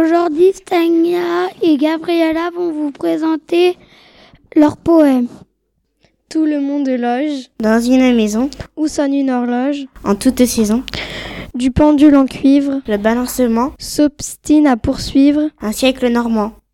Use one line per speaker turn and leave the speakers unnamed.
Aujourd'hui, Stania et Gabriella vont vous présenter leur poème.
Tout le monde loge,
Dans une maison,
où sonne une horloge,
en toute saison,
du pendule en cuivre,
le balancement,
s'obstine à poursuivre
un siècle normand,